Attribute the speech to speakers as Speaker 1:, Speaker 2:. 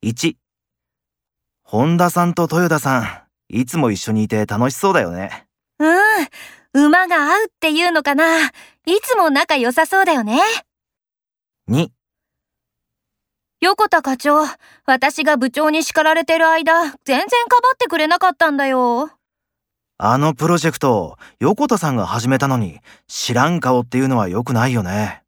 Speaker 1: 1本田さんと豊田さん、いつも一緒にいて楽しそうだよね。
Speaker 2: うん、馬が合うっていうのかな。いつも仲良さそうだよね。
Speaker 1: 2
Speaker 2: 横田課長、私が部長に叱られてる間、全然かばってくれなかったんだよ。
Speaker 1: あのプロジェクト、横田さんが始めたのに、知らん顔っていうのは良くないよね。